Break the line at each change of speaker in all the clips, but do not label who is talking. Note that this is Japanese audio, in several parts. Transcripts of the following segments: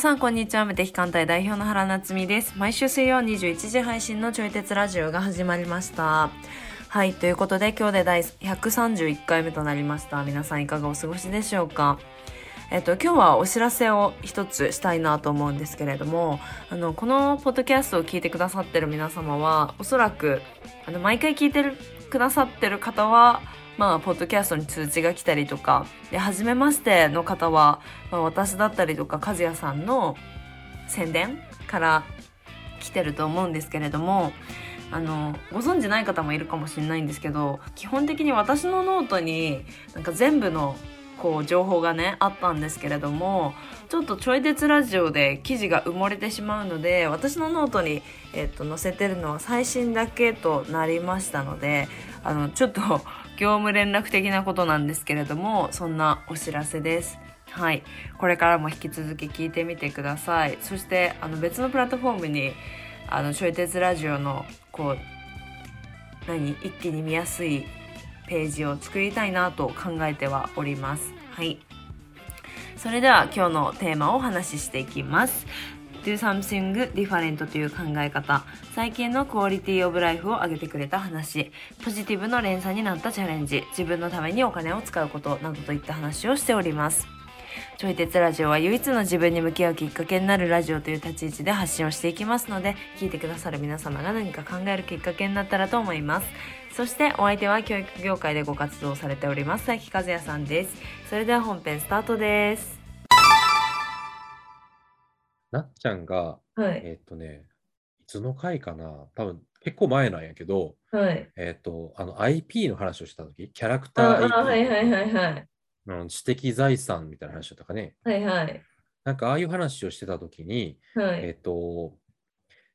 さんこんにちは無敵艦隊代表の原夏実です毎週水曜21時配信のちょい鉄ラジオが始まりましたはいということで今日で第131回目となりました皆さんいかがお過ごしでしょうかえっと、今日はお知らせを一つしたいなと思うんですけれどもあのこのポッドキャストを聞いてくださってる皆様はおそらくあの毎回聞いてるくださってる方はまあ、ポッドキャストに通知が来たりとか、で、初めましての方は、まあ、私だったりとか、和也さんの宣伝から来てると思うんですけれども、あの、ご存知ない方もいるかもしれないんですけど、基本的に私のノートに、なんか全部の、こう、情報がね、あったんですけれども、ちょっとちょい鉄ラジオで記事が埋もれてしまうので、私のノートに、えっと、載せてるのは最新だけとなりましたので、あの、ちょっと、業務連絡的なことなんですけれども、そんなお知らせです。はい。これからも引き続き聞いてみてください。そして、あの、別のプラットフォームに、あの、ちょい鉄ラジオの、こう、何一気に見やすいページを作りたいなと考えてはおります。はい。それでは今日のテーマをお話ししていきます。Do something different という考え方。最近のクオリティオブライフを上げてくれた話。ポジティブの連鎖になったチャレンジ。自分のためにお金を使うことなどといった話をしております。ちょい鉄ラジオは唯一の自分に向き合うきっかけになるラジオという立ち位置で発信をしていきますので、聞いてくださる皆様が何か考えるきっかけになったらと思います。そしてお相手は教育業界でご活動されております、佐伯和也さんです。それでは本編スタートです。
なっちゃんが、
はい、
えーっとね、いつの回かな、多分結構前なんやけど、
はい。
えーっと、あの IP の話をしたとき、キャラクター IP、
いはい。
うん知的財産みたいな話だったかね。
はいはい。
なんかああいう話をしてたときに、
は
えーっと、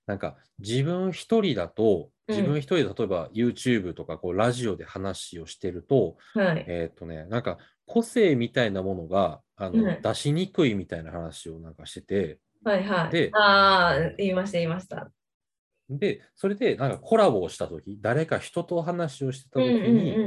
なんか自分一人だと、
うん
自分一人で例えば YouTube とかこうラジオで話をしてると、
はい。
えーっとね、なんか個性みたいなものがあ
はい
の出しにくいみたいな話をなんかしてて、
はいはい
で
ああ、言いました言いました。
で、それでなんかコラボをしたとき、誰か人と話をしてたときに、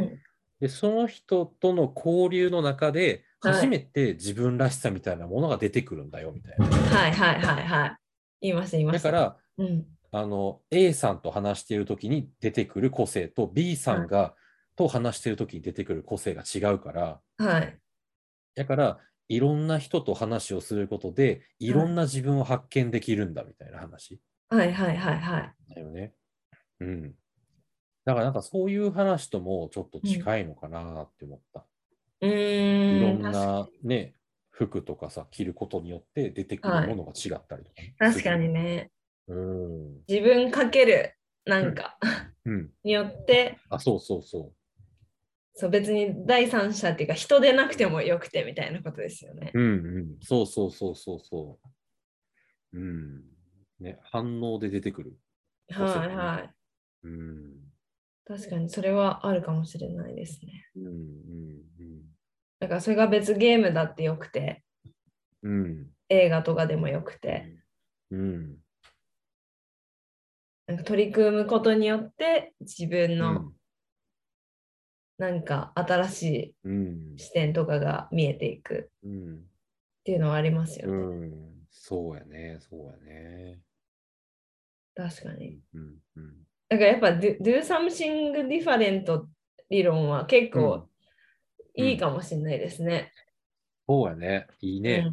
で、その人との交流の中で、
はい
初めて自分らしさみたいなものが出てくるんだよ、みたいな。
はいはいはいはい。言いました言いま
だ
した。
か、ら、
うん、
あの、A さんと話しているときに出てくる個性と B さんが、と話しているときに出てくる個性が違うから、
はい。
だから、いろんな人と話をすることで、いろんな自分を発見できるんだ、みたいな話。
はいはいはいはい。
だよね。うん。だからなんかそういう話ともちょっと近いのかなって思った。
う
いろ
ー
ん
ん確か
なね、服とかさ、着ることによって出てく
はい
るものが違ったりとかね、
確かにね。
うん。
自分かけるなんか
うん。
によって、
あ、そうそうそ
そう別に第三者っていうか人でなくてもよくてみたいなことですよね。
う。うんうん。そうそうそうそうそう。うん。ね、反応で出てくる。
は
そうです
い
ね
はい。
うん。
確かにそれはあるかもしれないですね。
うん
だからそれが別ゲームだってよくて、
うんうん。うん。
映画とかでもよくて、
うん。
なんか取り組むことによって自分
う
の
ん。
なんか新し
うん
い。視点とかが見えていくっ
うん。
ていうのはありますよ
う
ね。
ん。そうやね。そうやね。
確かに。
うんうん
だからやっぱ do, do something different 理論は結構
うん
いいかもしれないですね。
そうやね。いいね。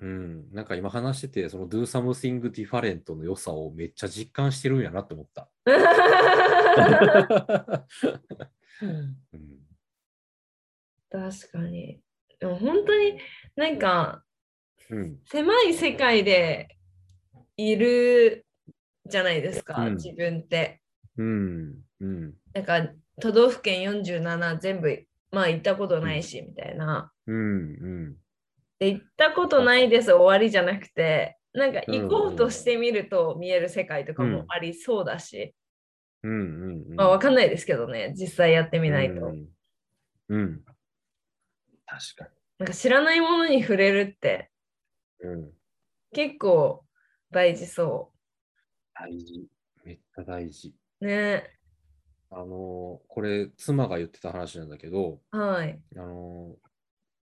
うん。なんか今話してて、その Do Something Different の良さをめっちゃ実感してるんやなって 思った。
うん
うん。
確かに。でも本当になんか
うん。
狭い世界でいるじゃないですか、
うん
自分って。
うん。うん。
なんか都道府県47全部まあ行ったことないしみたいな。
うん。
で行ったことないです終わりじゃなくてなんか行こうとしてみると見える世界とかもありそうだし。
うん。うん。うん。
まあ、わかんないですけどね、実際やってみないと。
うん。うん。確か
なんか知らないものに触れるって
に。うん。
結構大事そ
大事。めっちゃ大事。
う。ね。
あのーこれ、妻が言ってた話なんだけど、
はい。
あのー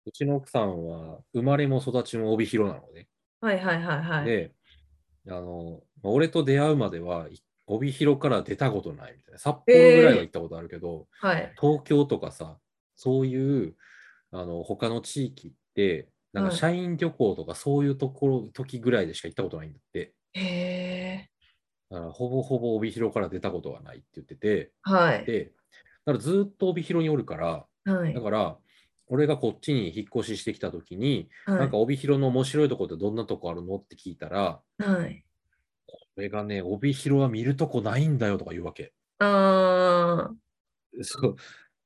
うちの奥さんは生まれも育ちも帯広なのね。
はいはいはいはい。
で、あの、まあ俺と出会うまでは、い帯広から出たことないみたいな。札幌ぐらいは行ったことあるけど、
はい。
東京とかさ、そういう、あの、他の地域って、なん
は
か
い
社員旅行とかそういうところ、時ぐらいでしか行ったことないんだって。
へえ。
だからほぼほぼ帯広から出たことはないって言ってて、
はい。
で、だからずっと帯広におるから、
はい
だ。から、俺がこっちに引っ越ししてきたときに、
は
なん
い
か帯広の面白いとこってどんなとこあるのって聞いたら、
はい。
これがね、帯広は見るとこないんだよとか言うわけ。
あ
そう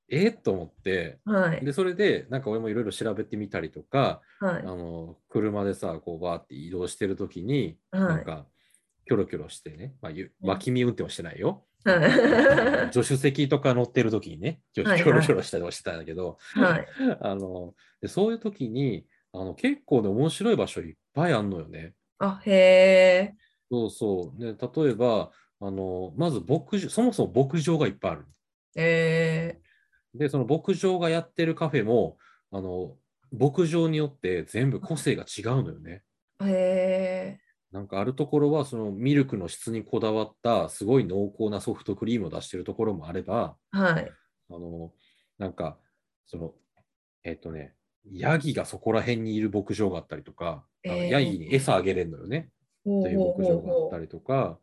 えーと思って、
あ。はい。
で、それで、なんか俺もいろいろ調べてみたりとか、
は
あ
い。
の、車でさ、こう、バーって移動してるときに、
は
なん
い。
か、キョロキョロしてね、まあ、ゆ
うん
脇見運転はしてな いよ。
は
助手席とか乗ってるときにね、キョ
はいはい
ロキョロしたりはしてたんだけど、
い。 はい。
あのでそういうときにあの、結構ね、面白い場所いっぱいあんのよね。
あ、へえ。
そうそう。で、例えば、あの、まず牧場、そもそも牧場がいっぱいある。
え
で、その牧場がやってるカフェも、あの、牧場によって全部個性が違うのよね。
ー。へ
なんかあるところは、そのミルクの質にこだわった、すごい濃厚なソフトクリームを出してるところもあれば、
え。はい。
あの、なんか、その、えっとね、ヤギがそこら辺にいる牧場があったりとか、あの
えー
ヤギに餌あげれるのよね、
ほ
という牧場があった
う。
りとか、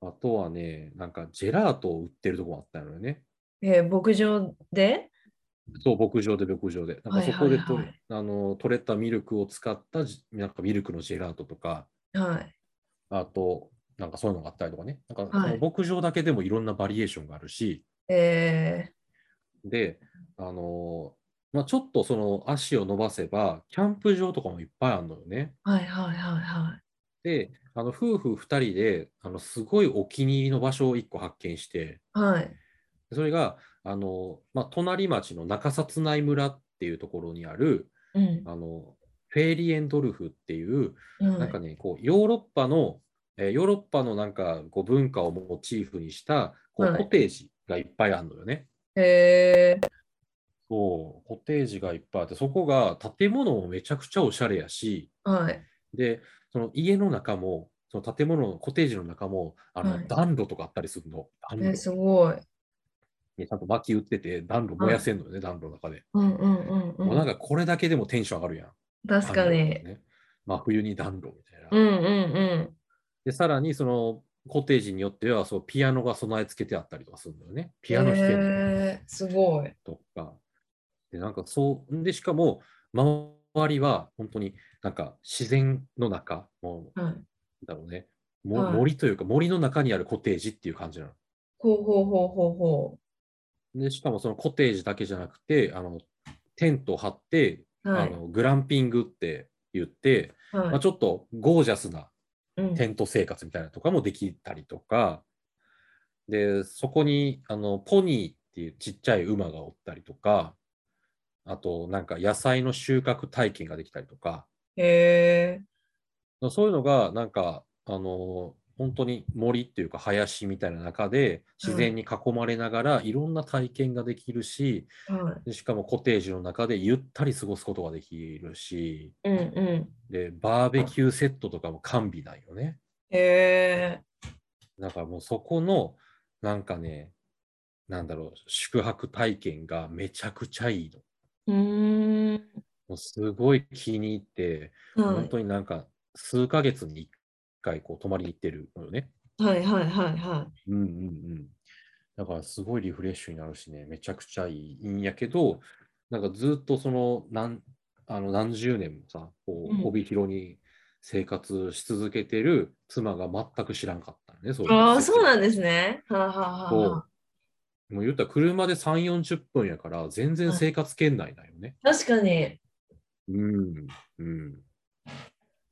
あとはね、なんかジェラートを売ってるとこもあったのよね。
えー、牧場で
そう、牧場で牧場で。なんかそこでと、
はいはいはい
あの取れたミルクを使ったじ、なんかミルクのジェラートとか、
はい。
あと、なんかそういうのがあったりとかね。なんか、
はい
その牧場だけでもいろんなバリエーションがあるし、
え
で、あのまあ、ちょっとその足を伸ばせば、キャンプ場とかもいっぱいあるのよね。
ー。はいはいはいはい。
で、あの夫婦2人で、あのすごいお気に入りの場所を1個発見して、
はい。
それが、あのまあ、隣町の中札内村っていうところにある、
うん。
あのフェーリエンドルフっていう、
は
なんかね、こうヨーロッパの、えーヨーロッパのなんかこう文化をモチーフにしたこう
はい
コテージがいっぱいあるのよね。
い、へえ。
そう、コテージがいっぱいあって、そこが建物もめちゃくちゃおしゃれやし、
はい。
で、その家の中も、その建物のコテージの中も、あの、
はい
暖炉とかあったりするの。暖
え
炉、
ー、すごい。
ねちゃんと薪売ってて、暖炉燃やせんのよね、暖炉の中で。
うんうんうんう
もうなん
ん。
かこれだけでもテンション上がるやん。
確か
暖炉と
に。
ね真冬に暖炉みたいな。
うんうん
で、さらにそのコテージによっては、そうピアノが備え付けてあったりとかするのよね。ピアノ弾けるのよね
うん。へえ、すごい。
とか、で、なんかそう、で、しかも、周りは本当になんか自然の中、もう、
はい。
だろうね、も
はい
森というか、森の中にあるコテージっていう感じな
ほうほうほうほうほ
の。で、しかもそのコテージだけじゃなくて、あの、テントを張って、
う。は
あ
い。
のグランピングって言って、
はい
まあ、ちょっとゴージャスな
うん
テント生活みたいなのとかもできたりとか、で、そこにあのポニーっていうちっちゃい馬がおったりとか、あとなんか野菜の収穫体験ができたりとか、
へえ。
そういうのがなんか、あの、本当に森っていうか林みたいな中で自然に囲まれながらいろんな体験ができるし、
は
でしかもコテージの中でゆったり過ごすことができるし、
い。うんうん。
で、バーベキューセットとかも完備なんよね。
へえ。
だからもうそこの、なんかね、なんだろう、宿泊体験がめちゃくちゃいいの。
うーん。
もうすごい気に入って、
は
本当になんか数ヶ月に1回こう泊まりに行ってるのよね。
い。はいはいはいは
うんうんうん。だからすごいリフレッシュになるしね、めちゃくちゃいいいいんやけど、なんかずっとその何あの何十年もさ、こ
うん
う帯広に生活し続けてる妻が全く知らんかったのね、そう
い。
いう
ああ、そうなん
す
ですね。はあ、はあはあはあ、
そう。もう言ったら車で3、40分やから、全然生活圏内だよね。
確かに。
うん。うん。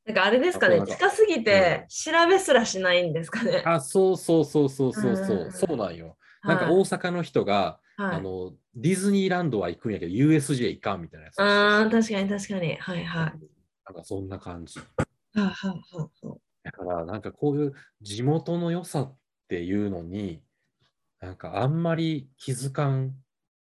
なんかあれですかね
あとなんか
近すぎて
う
調べすらしないんですかね。
あ、そうそうそうそうそう
うん
そ
うんう
う。
ん
そうなんよ。
は
ないんか大阪の人が、
はい
あの、ディズニーランドは行くんやけど、USJ 行かんみたいなやつ。
あー確かに確かに。はいはい。
なんかそんな感じ。
はあはあはあはあ
だから、なんかこういう地元の良さっていうのに、なんかあんまり気づかん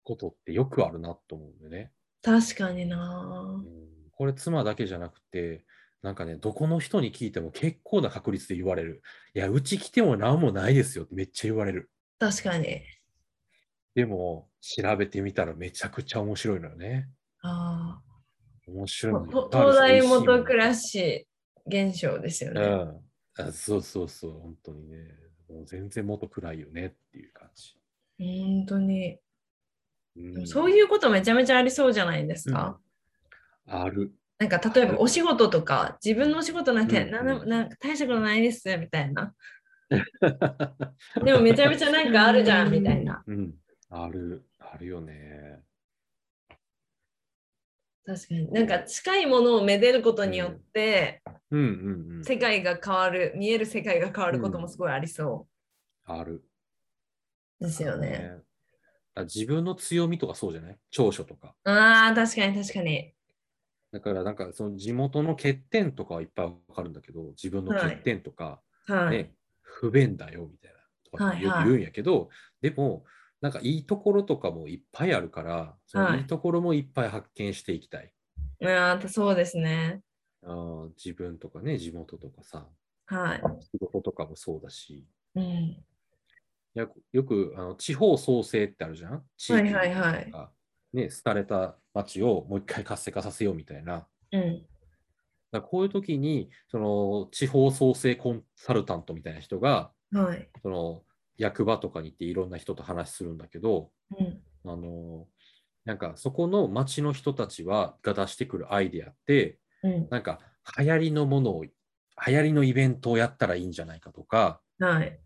ことってよくあるなと思うんだよね。
確かにな
うんこれ妻だけじゃなくてなんかね、どこの人に聞いても結構な確率で言われる。いや、うち来ても何もないですよってめっちゃ言われる。
確かに。
でも、調べてみたらめちゃくちゃ面白いのよね。
あ
面
あ。
白いのいっ
と
ぱいある
東大
し美味しいもの
元暮らし現象ですよ
う
ね。
ん。あそうそうそう、本当にね。もう全然もっと暗いよねっていう感じ。
本当に。
うん
そういうことめちゃめちゃありそうじゃないですか。
あ る。
なんか例えばお仕事とか自分のお仕事なんて
うん
な
うん
ななんか大したことないですみたいな。でもめちゃめちゃなんかあるじゃんみたいな。
うん。ある。あるよね。
確かに。なんか近いものをめでることによって
うんうんうん。
世界が変わる、見える世界が変わることもすごいありそ
ある。
うですよね。
ね。あ自分の強みとかそうじゃない長所とか。
ああ、確かに確かに。
だからなんかその地元の欠点とかはいっぱいわかるんだけど、自分の
はい
欠点とか、ね
はい。
不便だよみたいなとかよ
はいは
く
い
言うんやけど、でもなんかいいところとかもいっぱいあるから、そ
は
の
い
いいところもいっぱい発見していきたい。
ああ、そうですね。
あー自分とかね、地元とかさ、
はい。
仕事とかもそうだし、
うん。
よくよくあの地方創生ってあるじゃん地域
はいはいはい
とかね、廃れた町をもう一回活性化させようみたいな。
うん。
だからこういう時にその地方創生コンサルタントみたいな人が
はい。
その役場とかに行っていろんな人と話するんだけど
うん。
あのなんかそこの町の人たちはが出してくるアイデアって
う
なんか流行りのものを流行りのイベントをやったらいいんじゃないかとか、
ん。はい。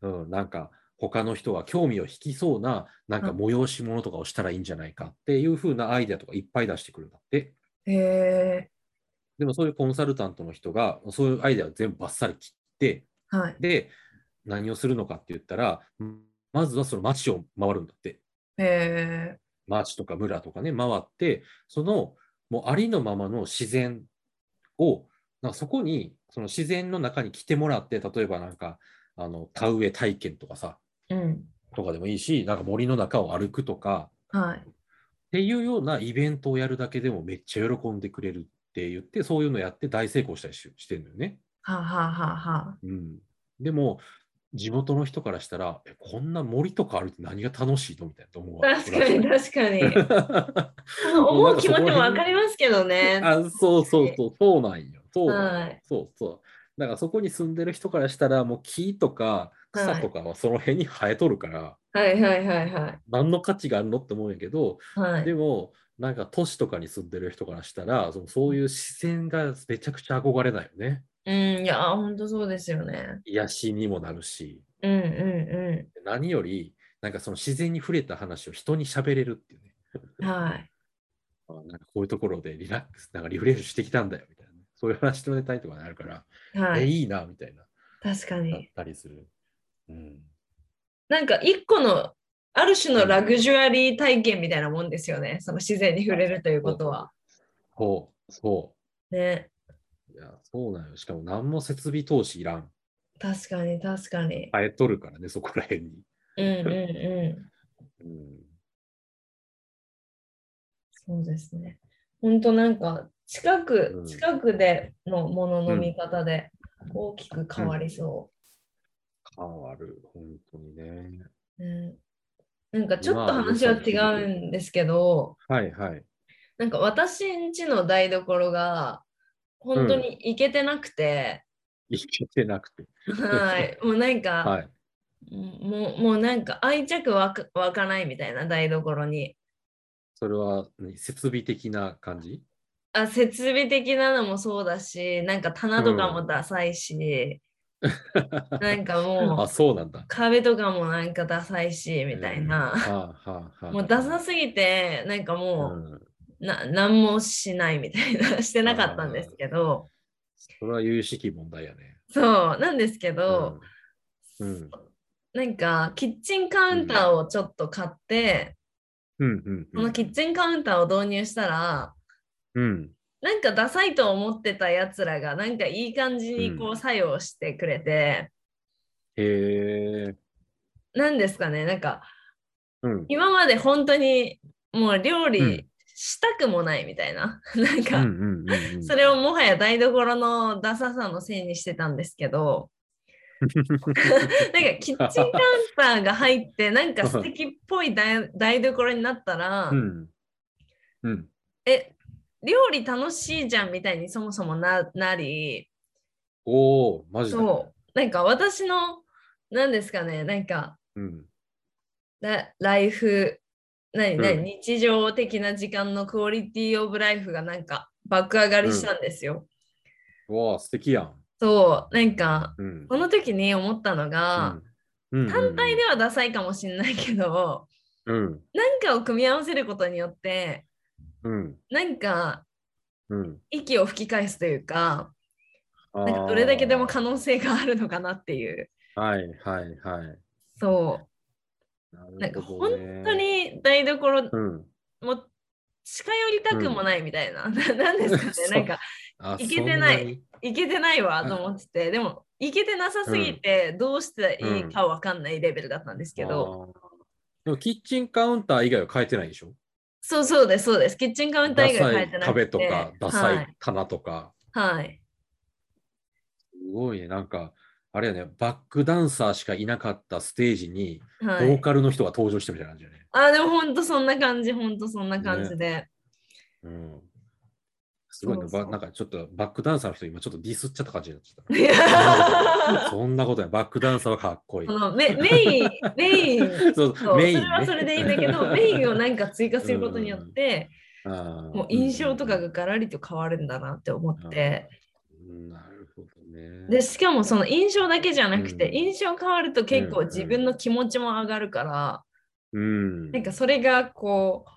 うん、なんか他の人が興味を引きそうななんか
うん
催し物とかをしたらいいんじゃないかっていう風なアイデアとかいっぱい出してくるんだって。
へえ。
でもそういうコンサルタントの人がそういうアイデアを全部バッサリ切って
はい。
で何をするのかって言ったらまずはその町を回るんだって
へえ。
町とか村とかね回ってそのもうありのままの自然をなんかそこにその自然の中に来てもらって例えばなんかあの田植え体験とかさ
うん。
とかでもいいしなんか森の中を歩くとか
はい。
っていうようなイベントをやるだけでもめっちゃ喜んでくれるって言ってそういうのやって大成功したりししてるのよね。
はあ、はあはあはあ、
うん、でも地元の人からしたらえこんな森とかあるって何が楽しいのみたいな思うわ
確かに確かに。 思う気持ちも分かりますけどね。
あそうそうそうそうなんよそう,、
はい
そうそうだからそこに住んでる人からしたらもう木とか草とかはその辺に生えとるから、
はいはいはいはい。
何の価値があるのって思うんやけど、
はい、
でもなんか都市とかに住んでる人からしたらそのそういう自然がめちゃくちゃ憧れないよね
うん、いや、本当そうですよね。
癒しにもなるし
うんう
何よりなんかその自然に触れた話を人に喋れるっていうね
んうん。はい。
あなんかこういうところでリラックス、なんかリフレッシュしてきたんだよみたいな、そういう話のネタにとかになるから、
は
え、
い。
いいなみたいな、
確か
だっ
に。
たりする。うん、
なんか一個の、ある種のラグジュアリー体験みたいなもんですよね。その自然に触れるということは。
そう、そ
ね。
う。いや、そうなのよ。しかも何も設備投資いらん。
確かに確かに。
生えとるからね、そこら辺に。
うんうんうん。
うん、
そうですね。本当なんか、近
う
く
ん、
近くでのものの見方で大きく変わりそう。
変わる、本当にね。
うんなんかちょっと
まあ
話は違うんですけど、
はいはい。
なんか私ん家の台所が本当に行けてなくて、
生きてなくて。
はい、もうなんか、
はい。
もうもうなんか愛着湧か湧かないみたいな台所に。
それは、何設備的な感じ
あ設備的なのもそうだし、なんか棚とかもダサいし、なんかも
あ、
う
そうなんだ。
壁とかもなんかダサいし、みたいな。
うんはあはあは あ
もうダサすぎて、なんかもう、
うん
な何もしないみたいな してなかったんですけど
それは有識問題やね。
そうなんですけ
うん
ど、
うん
なんかキッチンカウンターをちょっと買って、
うんうんうん
このキッチンカウンターを導入したら
うん。
なんかダサいと思ってたやつらがなんかいい感じにこ
う
うん作用してくれて、
へえ。
なんですかねなんか
うん。
今まで本当にもう料
うん
理したくもないみたいな なん
う
か、
んうんうんうん
それをもはや台所のダサさのせいにしてたんですけ どなんかキッチンカウンターが入ってなんか素敵っぽい台台所になったら、
うん。うん。
え料理楽しいじゃんみたいにそもそもななり
おお、マジで。
そうなんか私の何ですかねなんか
うん。
ラライフ何
うん
何、日常的な時間のクオリティオブライフがなんか爆上がりしたんですよ。
うわあ、素敵やん。
そうなんか
うん。
この時に思ったのが、単体ではダサいかもしれないけど
うん
何かを組み合わせることによって
うん
なんか
うん。
息を吹き返すというか
な
なんかどれだけでも可能性があるのかなっていう
はいはいはい。
そう
な
なん
る
か
ほど
本
ね
当。に台所も
うん。
う近寄りたくもないみたいな、ななんですか
そう
ねなんか
あ
いけてない。
そんに
いけてないわと思ってて、でもいけてなさすぎてどうしたらいいかわかんないレベルだったんですけど、
あーでもキッチンカウンター以外は変えてないでしょ
そうそうですそうですキッチンカウンター以外変えてなくて
壁とか、ダサ
はい
い棚とか。
はい、
すごいね。なんか、あれやね、バックダンサーしかいなかったステージに、ボ
はい
ーカルの人が登場してみたいな感じだね。
あでもほんとそんな感じほんとそんな感じで、
うん。すごいね。
そうそう
ばなんかちょっとバックダンサーの人、今ちょっとディスっちゃった感じになっちゃっ
いや
た。そんなことない。バックダンサーはかっこいい
こ。のメメインメイン
そう
そう
メイン、
それは
ね。
それでいいんだけ どメインをなんか追加することによって、
あー
もう印象とかがガラリと変わるんだなって思って、
うんなるほどね。
でしかもその印象だけじゃなくて、
うん
印象変わると結
うん
構
うん
自分の気持ちも上がるから、
うん。
なんかそれがこ
う、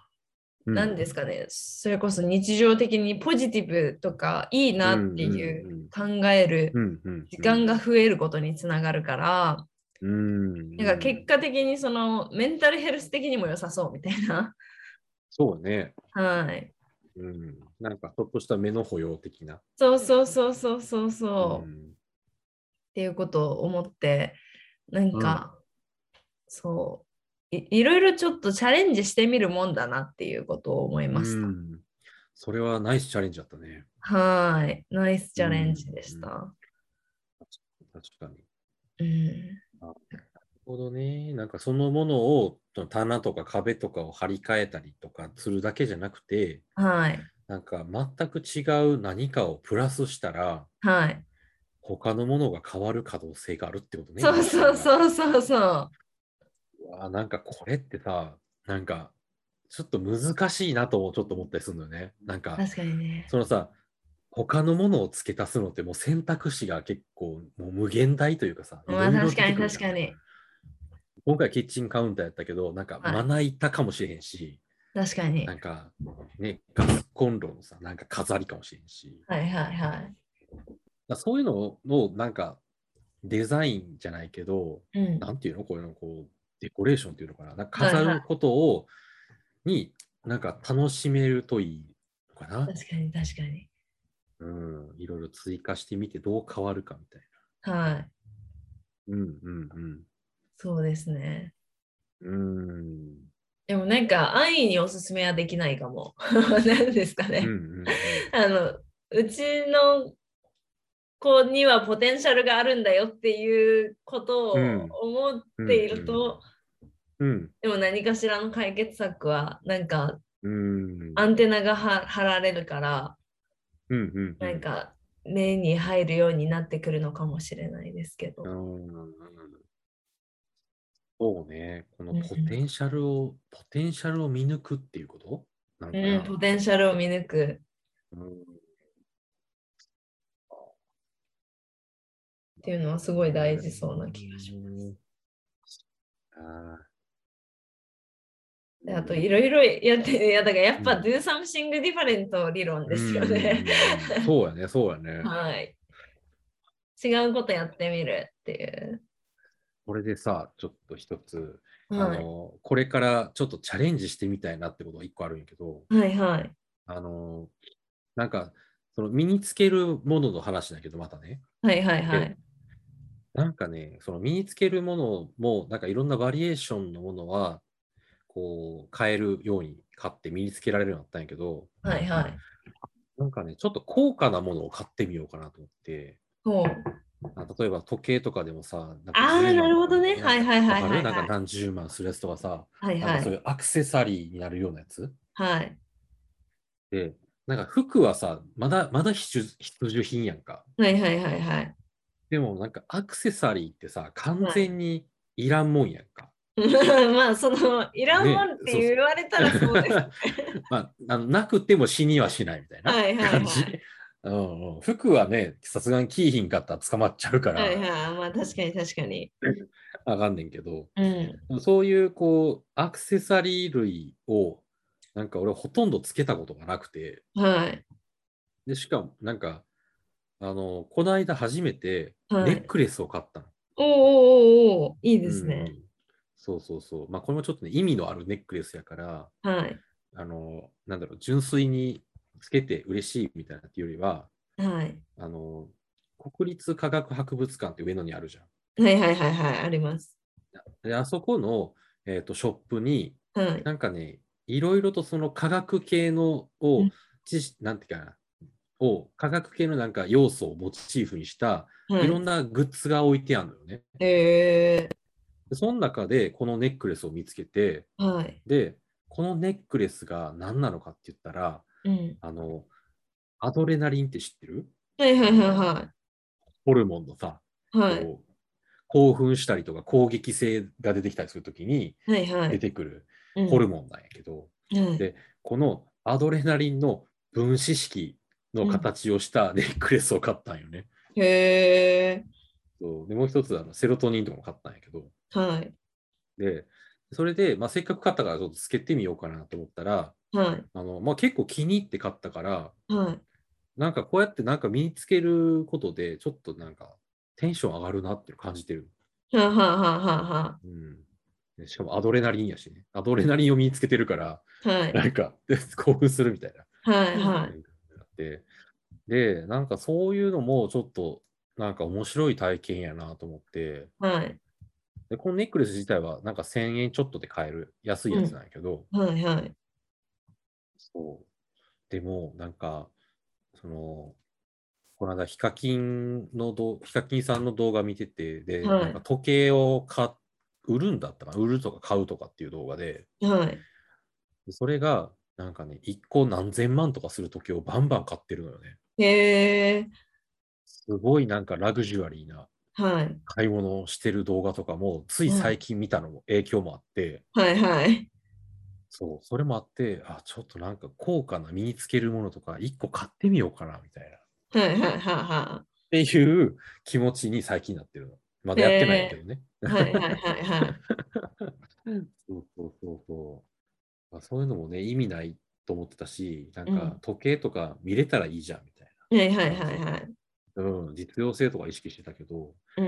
うん何、ですかねそれこそ日常的にポジティブとかいいなっていう
うん
考える
うんうんうん
時間が増えることにつながるから、
うん。
なんか結果的にそのメンタルヘルス的にも良さそうみたいな。
そうね。
はい
うん。なんかちょっとした目の保養的な。
そうそうそうそうそうそう、
う
っ
ん
ていうことを思ってなんか、そういいろいろちょっとチャレンジしてみるもんだなっていうことを思いました、
うんそれはナイスチャレンジだったね。
はいナイスチャレンジでした、
確かに。なる
うん
ほどね。なんかそのものを棚とか壁とかを張り替えたりとかするだけじゃなくて、
はい
なんか全く違う何かをプラスしたら、
はい、
他のものが変わる可能性があるってことね。
そうそう
う。
そうそうそう
わなんかこれってさ、なんかちょっと難しいなともちょっと思ったりするのよね。なんか、
確かにね
そのさ、他のものを付け足すのってもう選択肢が結構もう無限大というかさ。
まあ
いろいろ
確かに
出てくる
確
じゃ
か
ん
に
今回キッチンカウンターやったけど、なんか
はい
まな板かもしれへんし、
確かに
な
は
んかね、ガスコンロのさ、なんか飾りかもしれんし、
いはいはい
だからそういうのをなんかデザインじゃないけど、
うん
なんていうのこういうのこうデコレーションっていうのかななんか
はいはい
飾ることを、になんか楽しめるといいのかな、
確かに確かに
うん、いろいろ追加してみてどう変わるかみたい
はい
な。うんうん
そうですね
うん。うん
でもなんか安易におすすめはできないかも 何ですかね、
うんうんうん
あのうちの子にはポテンシャルがあるんだよっていうことを
うん
思っていると、
うん
でも何かしらの解決策はなんか
うん
アンテナがは張られるから
うんうん
なんか目に入るようになってくるのかもしれないですけど、
うんそうね、こ
う
の
んうん
ポテンシャルを、ポテンシャルを見抜くっていうことなのか
うん、
な、
ポテンシャルを見抜く
うん
っていうのはすごい大事そうな気がします。
ます。あ
であといろいろやっていやだからやっぱ do something different 理論
ー
ですよね。。。
うんうんうんそうやね、そうやね
はい。違うことやってみるっていう。
これでさ、ちょっと一つ、
は
あ
い。
の、これからちょっとチャレンジしてみたいなってことが一個あるんやけど、
はいはい。
あの、なんか、その身につけるものの話だけど、またね。
はいはいはい
で。なんかね、その身につけるものも、なんかいろんなバリエーションのものは、こう、変えるように買って身につけられるようになったんやけど、
はいはい。
なんかね、ちょっと高価なものを買ってみようかなと思って、
ほう。
あ例えば時計とかでもさ、なんか
あー
10万
なるほどね
とか
はいはいはいはいはい
わかるなんか何十万するやつとかさ、
はい
なん
は
かそう
い。
いうアクセサリーになるようなやつ。
はい。
で、なんか服はさ、まだまだ必需必需品やんか。
はいはいはいはい。
でもなんかアクセサリーってさ、完全にいらんもんやんか。
まあ、その、いらんもんって言われたら そうです。
まあ、あのなくても死にはしないみたいな
はいはいはい
感じ。うんうん服はね、さすがにキーひんかったら捕まっちゃうから、
はいはい。まあ、確かに確かに。
あかんねんけど、
うん。
そういうこう、アクセサリー類を、なんか俺ほとんどつけたことがなくて、
はい。
で、しかもなんか、あの、この間初めて
は
ネッ
い。
クレスを買ったの。
おーおーおーおーいいです
うんう
ね。
んそうそうそう。まあ、これもちょっとね、意味のあるネックレスやから、
はい。
あの、なんだろう、純粋につけて嬉しいみたいなっていうよりは、
はい。
あの、国立科学博物館って上野にあるじゃん。
はいはいはいはい。あります。
で、あそこの、えーとショップに、
はい。
なんかね、いろいろとその科学系の
う
を
ん、
知識、なんていうかな、を科学系のなんか要素をモチーフにした、
はい
いろんなグッズが置いてあるのよね。
え
でその中で、このネックレスを見つけて、
ー、はい。
で、このネックレスが何なのかって言ったら、
うん。
あの、アドレナリンって知ってる
はいはいはいは
ホルモンのさ、
い。はい。
こう興奮したりとか攻撃性が出てきたりするときに
はいは
出
い。
てくるホルモンなんやけど、
うん
でこのアドレナリンの分子式の形をしたネックレスを買ったんよね。
はい、へ
そうでもう一つあのセロトニンとかも買ったんやけど
ー。はい。
でそれで、まあ、せっかく買ったからちょっとつけてみようかなと思ったら
はい。
あの、まあ、結構気に入って買ったから
はい。
なんかこうやってなんか身につけることでちょっとなんかテンション上がるなっていうの感じてる。
はあはあはあは
うんでしかもアドレナリンやしね。アドレナリンを身につけてるから、
あはい。
なんか、で興奮するみたいな。
はいはい。
なってで、なんかそういうのもちょっと、なんか面白い体験やなと思って、
はい。
でこのネックレス自体はなんか1000円ちょっとで買える安いやつなんやけど、
はいはい。
そうでもなんか、その、この間ヒカキンのど、ヒカキンさんの動画見てて、で、
はい
なんか時計を買っ売るんだったかな売るとか買うとかっていう動画で、
はい。
でそれが、なんかね、1個何千万とかする時計をバンバン買ってるのよね。
へ
すごいなんかラグジュアリーな
ー。はい。
買い物をしてる動画とかも、つい最近見たのも影響もあって、
はいはい。
そう、それもあって、あ、ちょっとなんか高価な身につけるものとか、1個買ってみようかな、みたいな。っ
はいはいはいは
ていう気持ちに最近なってるの。まだやってないんだけどね。
い。はいはいはいはい。
そうそうそうそう。まあ、そういうのもね、意味ないと思ってたし、なん
う
か
ん
時計とか見れたらいいじゃん、みたい
はいはいはいはい。
な。うん、実用性とか意識してたけど、
う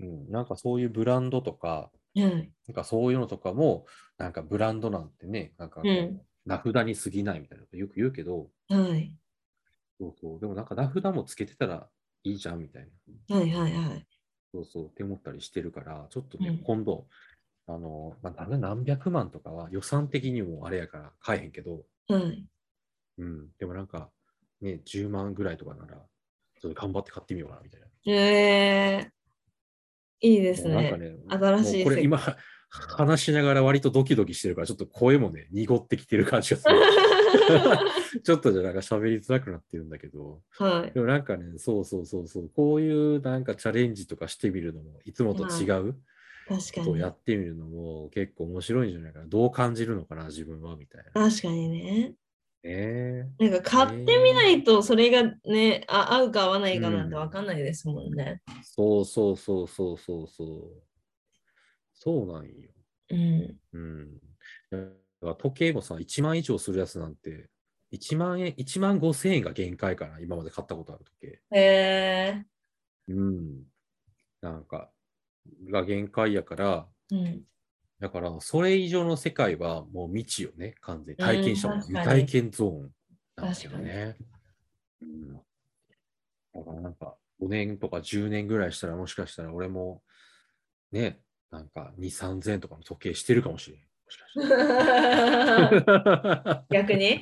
うん、なんかそういうブランドとか、
ん。はい。
なんかそういうのとかも、なんかブランドなんてね、なんかこう
うん
名札に過ぎないみたいなことよく言うけど、
はい。
そうそう、でもなんか名札もつけてたらいいじゃんみたいな、
はいはいはい。
そうそうって思ったりしてるから、ちょっとね、
うん
今度、あの、まあ、何百万とかは予算的にもあれやから買えへんけど、
はい。
うん、でもなんか、ね、10万ぐらいとかなら、ちょっと頑張って買ってみようかなみたいな。
えー。いいです
もうなんか
ね。
ね、
新しい
もう
世
これ
界
今、話しながら割とドキドキしてるから、ちょっと声もね、濁ってきてる感じ がする。ちょっとじゃなんか喋りづらくなってるんだけど、
はい。
でもなんかね、そうそうそうそう、こういうなんかチャレンジとかしてみるのも、いつもと違う
確か
ことを
に
や。ってみるのも結構面白いんじゃないかな。どう感じるのかな、自分はみたいな。
確かにね。
ね
なんか買ってみないとそれがね、あ合うか合わないかなんて分かんないですもんね。
えそうそうそうそうそうそう。そうなんよ。
うん。
うん。だから時計もさ、1万以上するやつなんて、1万円、1万5千円が限界かな、今まで買ったことある時計。
へえ。
うん。なんか、が限界やから、
うん。
だから、それ以上の世界はもう未知よね、完全
う
に。
ん
体験したもん、
確
未
かに
体験ゾーンなんですよね。うん。だからなんか、5年とか10年ぐらいしたら、もしかしたら俺も、ね、なんか2、3千円とかの時計してるかもしれん。
逆に、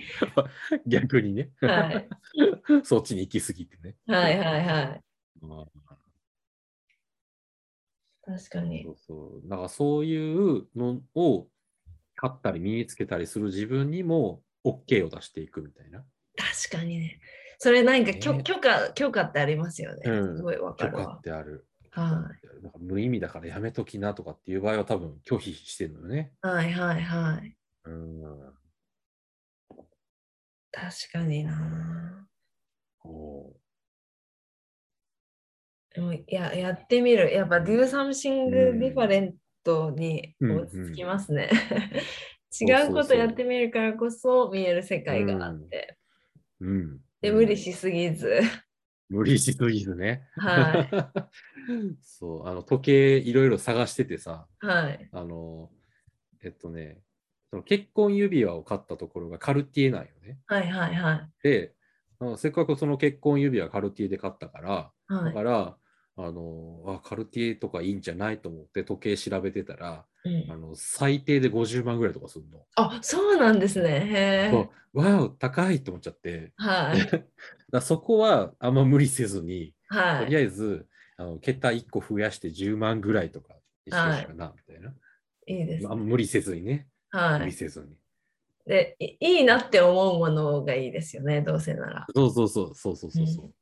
逆にね、
はい、
そっちに行き過ぎてね。
はいはいはい
うん
確かに
そうそう。だからそういうのを買ったり身につけたりする自分にも OK を出していくみたいな。
確かにねそれなんか許,、
ね
許可許可ってありますよね、
うん
すごいわかる
許可っ
わ
てある。
は
なんか無意味だからやめときなとかっていう場合は多分拒否してるのよね。
いはいはいはい
うん。
確かにな
こ
でもいややってみるやっぱ do something
うん
different に落ち着きますね、
んうん
違うことやってみるからこそ見える世界があって、
ううん。
で無理しすぎず、
無理しすぎずね。
はい
そう、あの時計いろいろ探しててさ、
はい
あの、えっとね、その結婚指輪を買ったところがカルティエなんよね。
はいはい はい
で、あのせっかくその結婚指輪カルティエで買ったから、
は
だ
い
から、あのあカルティエとかいいんじゃないと思って時計調べてたら
うん
あの最低で50万ぐらいとかするの。
あそうなんですねへえ
そうわお高いと思っちゃって
はい
だからそこはあんま無理せずに、
は
と り
い
あえずあの桁1個増やして10万ぐらいとかにしてほしいかなみたいな、
いいです
まああんま無理せずにね、
は
無
い
理せずに
でいいいなって思うものがいいですよねどうせなら
そうそうそうそうそうそうそう、
う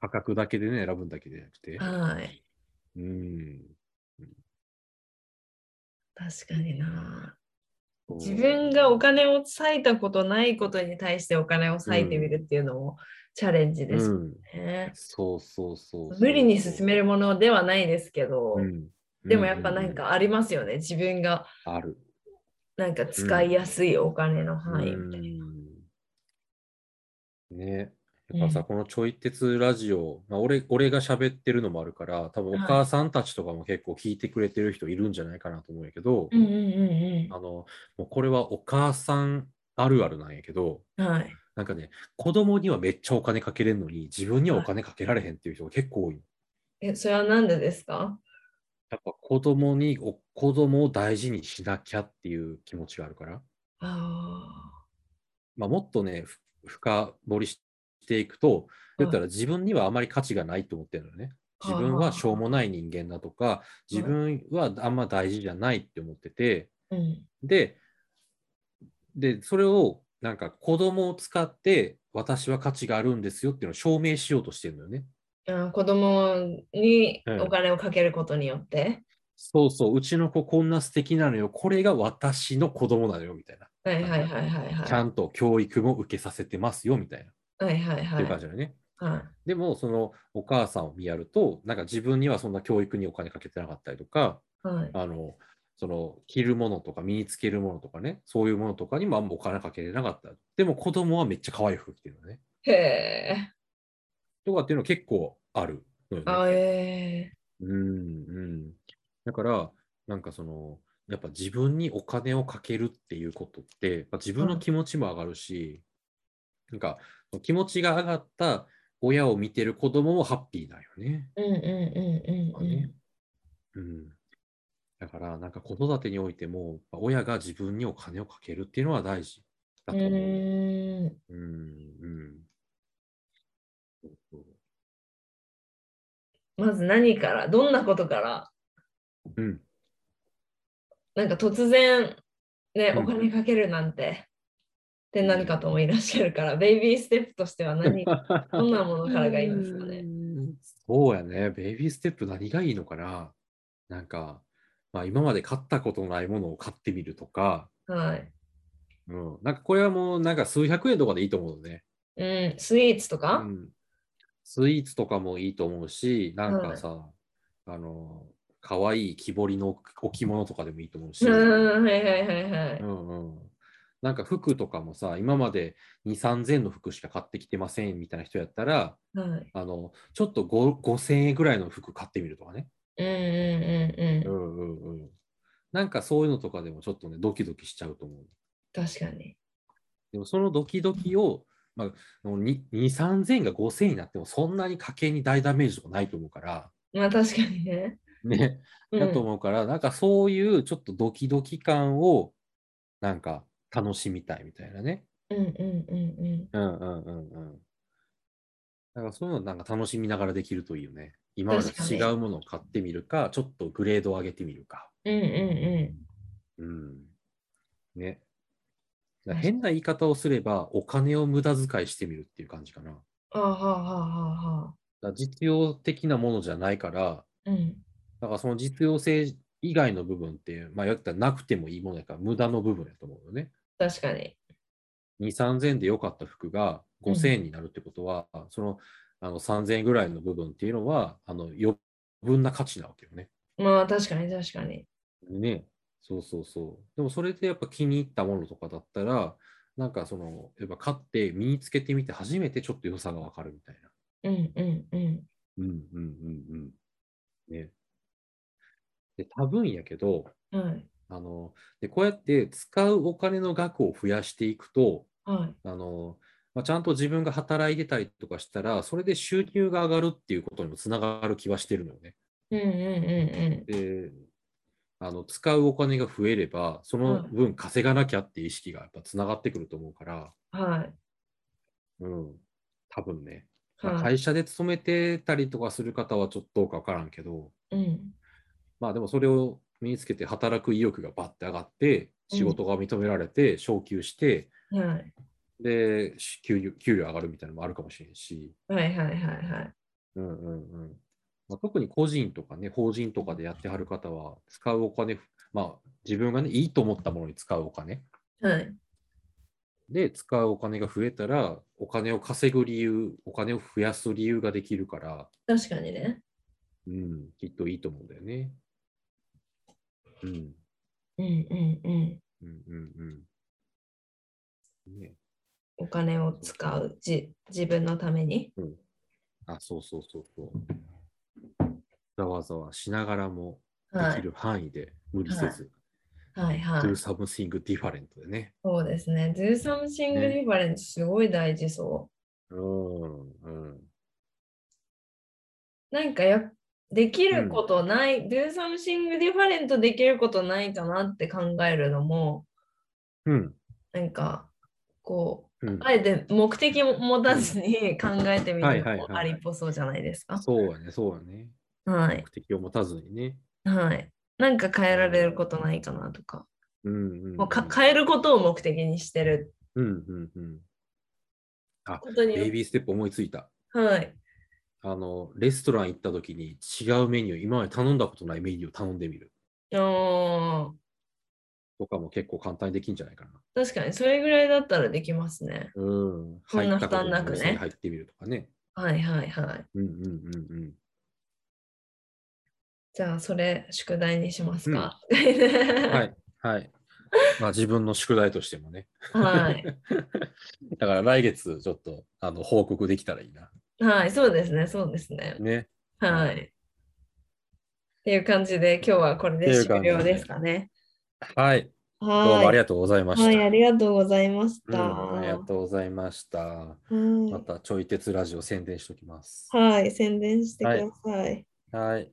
価格だけでね選ぶんだけじゃなくて、
はい
うん
確かにな
そう
自分がお金を割いたことないことに対してお金を割いてみるっていうのもチャレンジです
う
よ
ん、
ね、
そうそうそうそう
無理に進めるものではないですけど、
うん
でもやっぱなんかありますよね自分が
ある。
なんか使いやすいお金の範囲みたいな、
うんねやっぱさ、このちょい鉄ラジオ、まあ、俺俺が喋ってるのもあるから、多分お母さんたちとかも結構聞いてくれてる人いるんじゃないかなと思うんやけど、
うん、うんうん
あのもうこれはお母さんあるあるなんやけど、
うんはい
なんかね、子供にはめっちゃお金かけれんのに、自分にはお金かけられへんっていう人が結構多い。
えそれはなんでですか
やっぱ子供にお子供を大事にしなきゃっていう気持ちがあるから。
あ
まあ、もっとね、ふ深掘りしていくと、
はい
言ったら自分にはあまり価値がないと思ってるのよね。
あー
自分はしょうもない人間だとか、自分はあんま大事じゃないって思ってて、
ーうん
で、で、それをなんか子供を使って、私は価値があるんですよっていうのを証明しようとしてるのよね。
あー子供に
うん
お金をかけることによって、
そうそう、うちの子こんな素敵なのよ、これが私の子供なのよみたいな。
はいはいはいはい
ちゃ
は
んと教育も受けさせてますよみたいな。
いはいはい
っ
は
て
い
いう感じだよね。
はい
でも、そのお母さんを見やると、なんか自分にはそんな教育にお金かけてなかったりとか、
はい
あの、その着るものとか身につけるものとかね、そういうものとかにもあんまお金かけてなかった。でも子供はめっちゃ可愛い服着てるのね。
へえ
とかっていうの結構あるのよね。
あえ
うんうん。だから、なんかその、やっぱ自分にお金をかけるっていうことって、やっぱ自分の気持ちも上がるし、なんか気持ちが上がった親を見てる子供もハッピーだよね。
ー、うんうんうんうんうん
ねうん。だから、なんか子育てにおいても、まあ親が自分にお金をかけるっていうのは大事だ
う
と思う。
ーん
うん、うん。そうそう
まず何からどんなことから
うん、
なんか突然ね
う
お
ん
金かけるなんて、ってなる方もいらっしゃるからベイビーステップとしては 何どんなものからがいいんですかね
うんそうやね。ベイビーステップ何がいいのかななんか、まあ今まで買ったことのないものを買ってみるとか、
はい
うん。なんかこれはもうなんか数百円とかでいいと思うのね。
うんスイーツと
う
か、
ん。スイーツとかもいいと思うし、なんかさ、あの、可愛い木彫りの置物とかでもいいと思うし、
う
うん
ん、はいはいはいはい、
うん。なんか服とかもさ、今まで2、3000の服しか買ってきてませんみたいな人やったら、
はい
あの、ちょっと5 5000円ぐらいの服買ってみるとかね。
うんうんうんうん、
んうんうん。なんかそういうのとかでもちょっとね、ドキドキしちゃうと思う。
確かに
でもそのドキドキを、まあ、2、3000が5000になってもそんなに家計に大ダメージとかないと思うから、
まあ確かにね、
ね、
うん、
だと思うから、なんかそういうちょっとドキドキ感をなんか楽しみたいみたいなね。
うんうんうんうん。
うんうんうんうん。だからそういうのなんか楽しみながらできるといいよね。今まで
確かに
違うものを買ってみるか、ちょっとグレードを上げてみるか。
うんうん
うん。ね。
確か
だから
に
変な言い方をすれば、お金を無駄遣いしてみるっていう感じかな。だか
うん。ああはあはあはあはあ。
ら実用的なものじゃないから、
うん。
だからその実用性以外の部分って、まあ、やったらなくてもいいものやから無駄の部分やと思うよね。
確かに。
2、3000円で良かった服が5000円になるってことは、そのあの3000円ぐらいの部分っていうのは、あの余分な価値なわけよね。
まあ確かに確かに。
ね。そうそうそう。でもそれでやっぱ気に入ったものとかだったら、なんかその、やっぱ買って身につけてみて初めてちょっと良さがわかるみたいな。
うんうんうん。
うんうんうんうん。ね。で、多分やけど、
はい。
あのでこうやって使うお金の額を増やしていくと
はい。
あの、まあ、ちゃんと自分が働いてたりとかしたらそれで収入が上がるっていうことにもつながる気はしてるのよね。
うんうんうん
であの使うお金が増えればその分稼がなきゃっていう意識がやっぱつながってくると思うから、
うん。はい。
うん、多分ね、まあ
はい。
会社で勤めてたりとかする方はちょっとどうか分からんけど、
うん。
まあでもそれを身につけて働く意欲がバッて上がって
うん
仕事が認められて昇給して、
はい。
で、し給料給料上がるみたいなのもあるかもしれんし、
はいはいはいはい。
うんうんうんまあ、特に個人とかね、法人とかでやってはる方は、使うお金、まあ、自分がね、いいと思ったものに使うお金、
はい。
で、使うお金が増えたら、お金を稼ぐ理由、お金を増やす理由ができるから、
確かにね。
うん、きっといいと思うんだよね。うん、
うんうんうん。
うん、うん、うん。ね、
お金を使う。じ自分のために。
あ、そうそうそうそう。ざわざわしながらも、
はい。
できる範囲で無理せず、
はいはい
do。something different でね。
そうですね。Do something
ね
different すごい大事そ
うん、うん、
う。なんかやできることない、Do something different できることないかなって考えるのも、
うん、
なんかこう、
うん。
あえて目的を持たずに考えてみ
はい
る
はい
の
はい
もありっぽそうじゃないですか。
そうやね、そうやね。
はい
目。的を持たずにね。
はい。なんか変えられることないかなとか。
うん、うんうん。
もうか変えることを目的にしてる。
うん、うん、うん。
本当
ベイ
に。
ビーステップ思いついた。
はい。
あの、レストラン行った時に違うメニュー、今まで頼んだことないメニューを頼んでみる
あー
とかも結構簡単にできんじゃないかな。
確かに、それぐらいだったらできますね。
うん。
そんな
入ったことい
負担なくね
お店に入ってみるとかね。
はいはいはい。
うん、うん、うん、うん。
じゃあ、それ、宿題にしますか。
はい、はい。 まあ自分の宿題としてもね。
はい。
だから来月ちょっとあの報告できたらいいな。
はい、そうですね、そうですね。
ね。
はい。っていう感じで、今日はこれ
ってい
で
う感
終
じで
了ですかね。
はい。どうもあ
はい。
りがとうございました。
はい、ありがとうございまし
う
た。
んありがとうございました。ま
は
たちょい鉄ラジオ宣伝しておきます。
い、はい、宣伝してください
はい。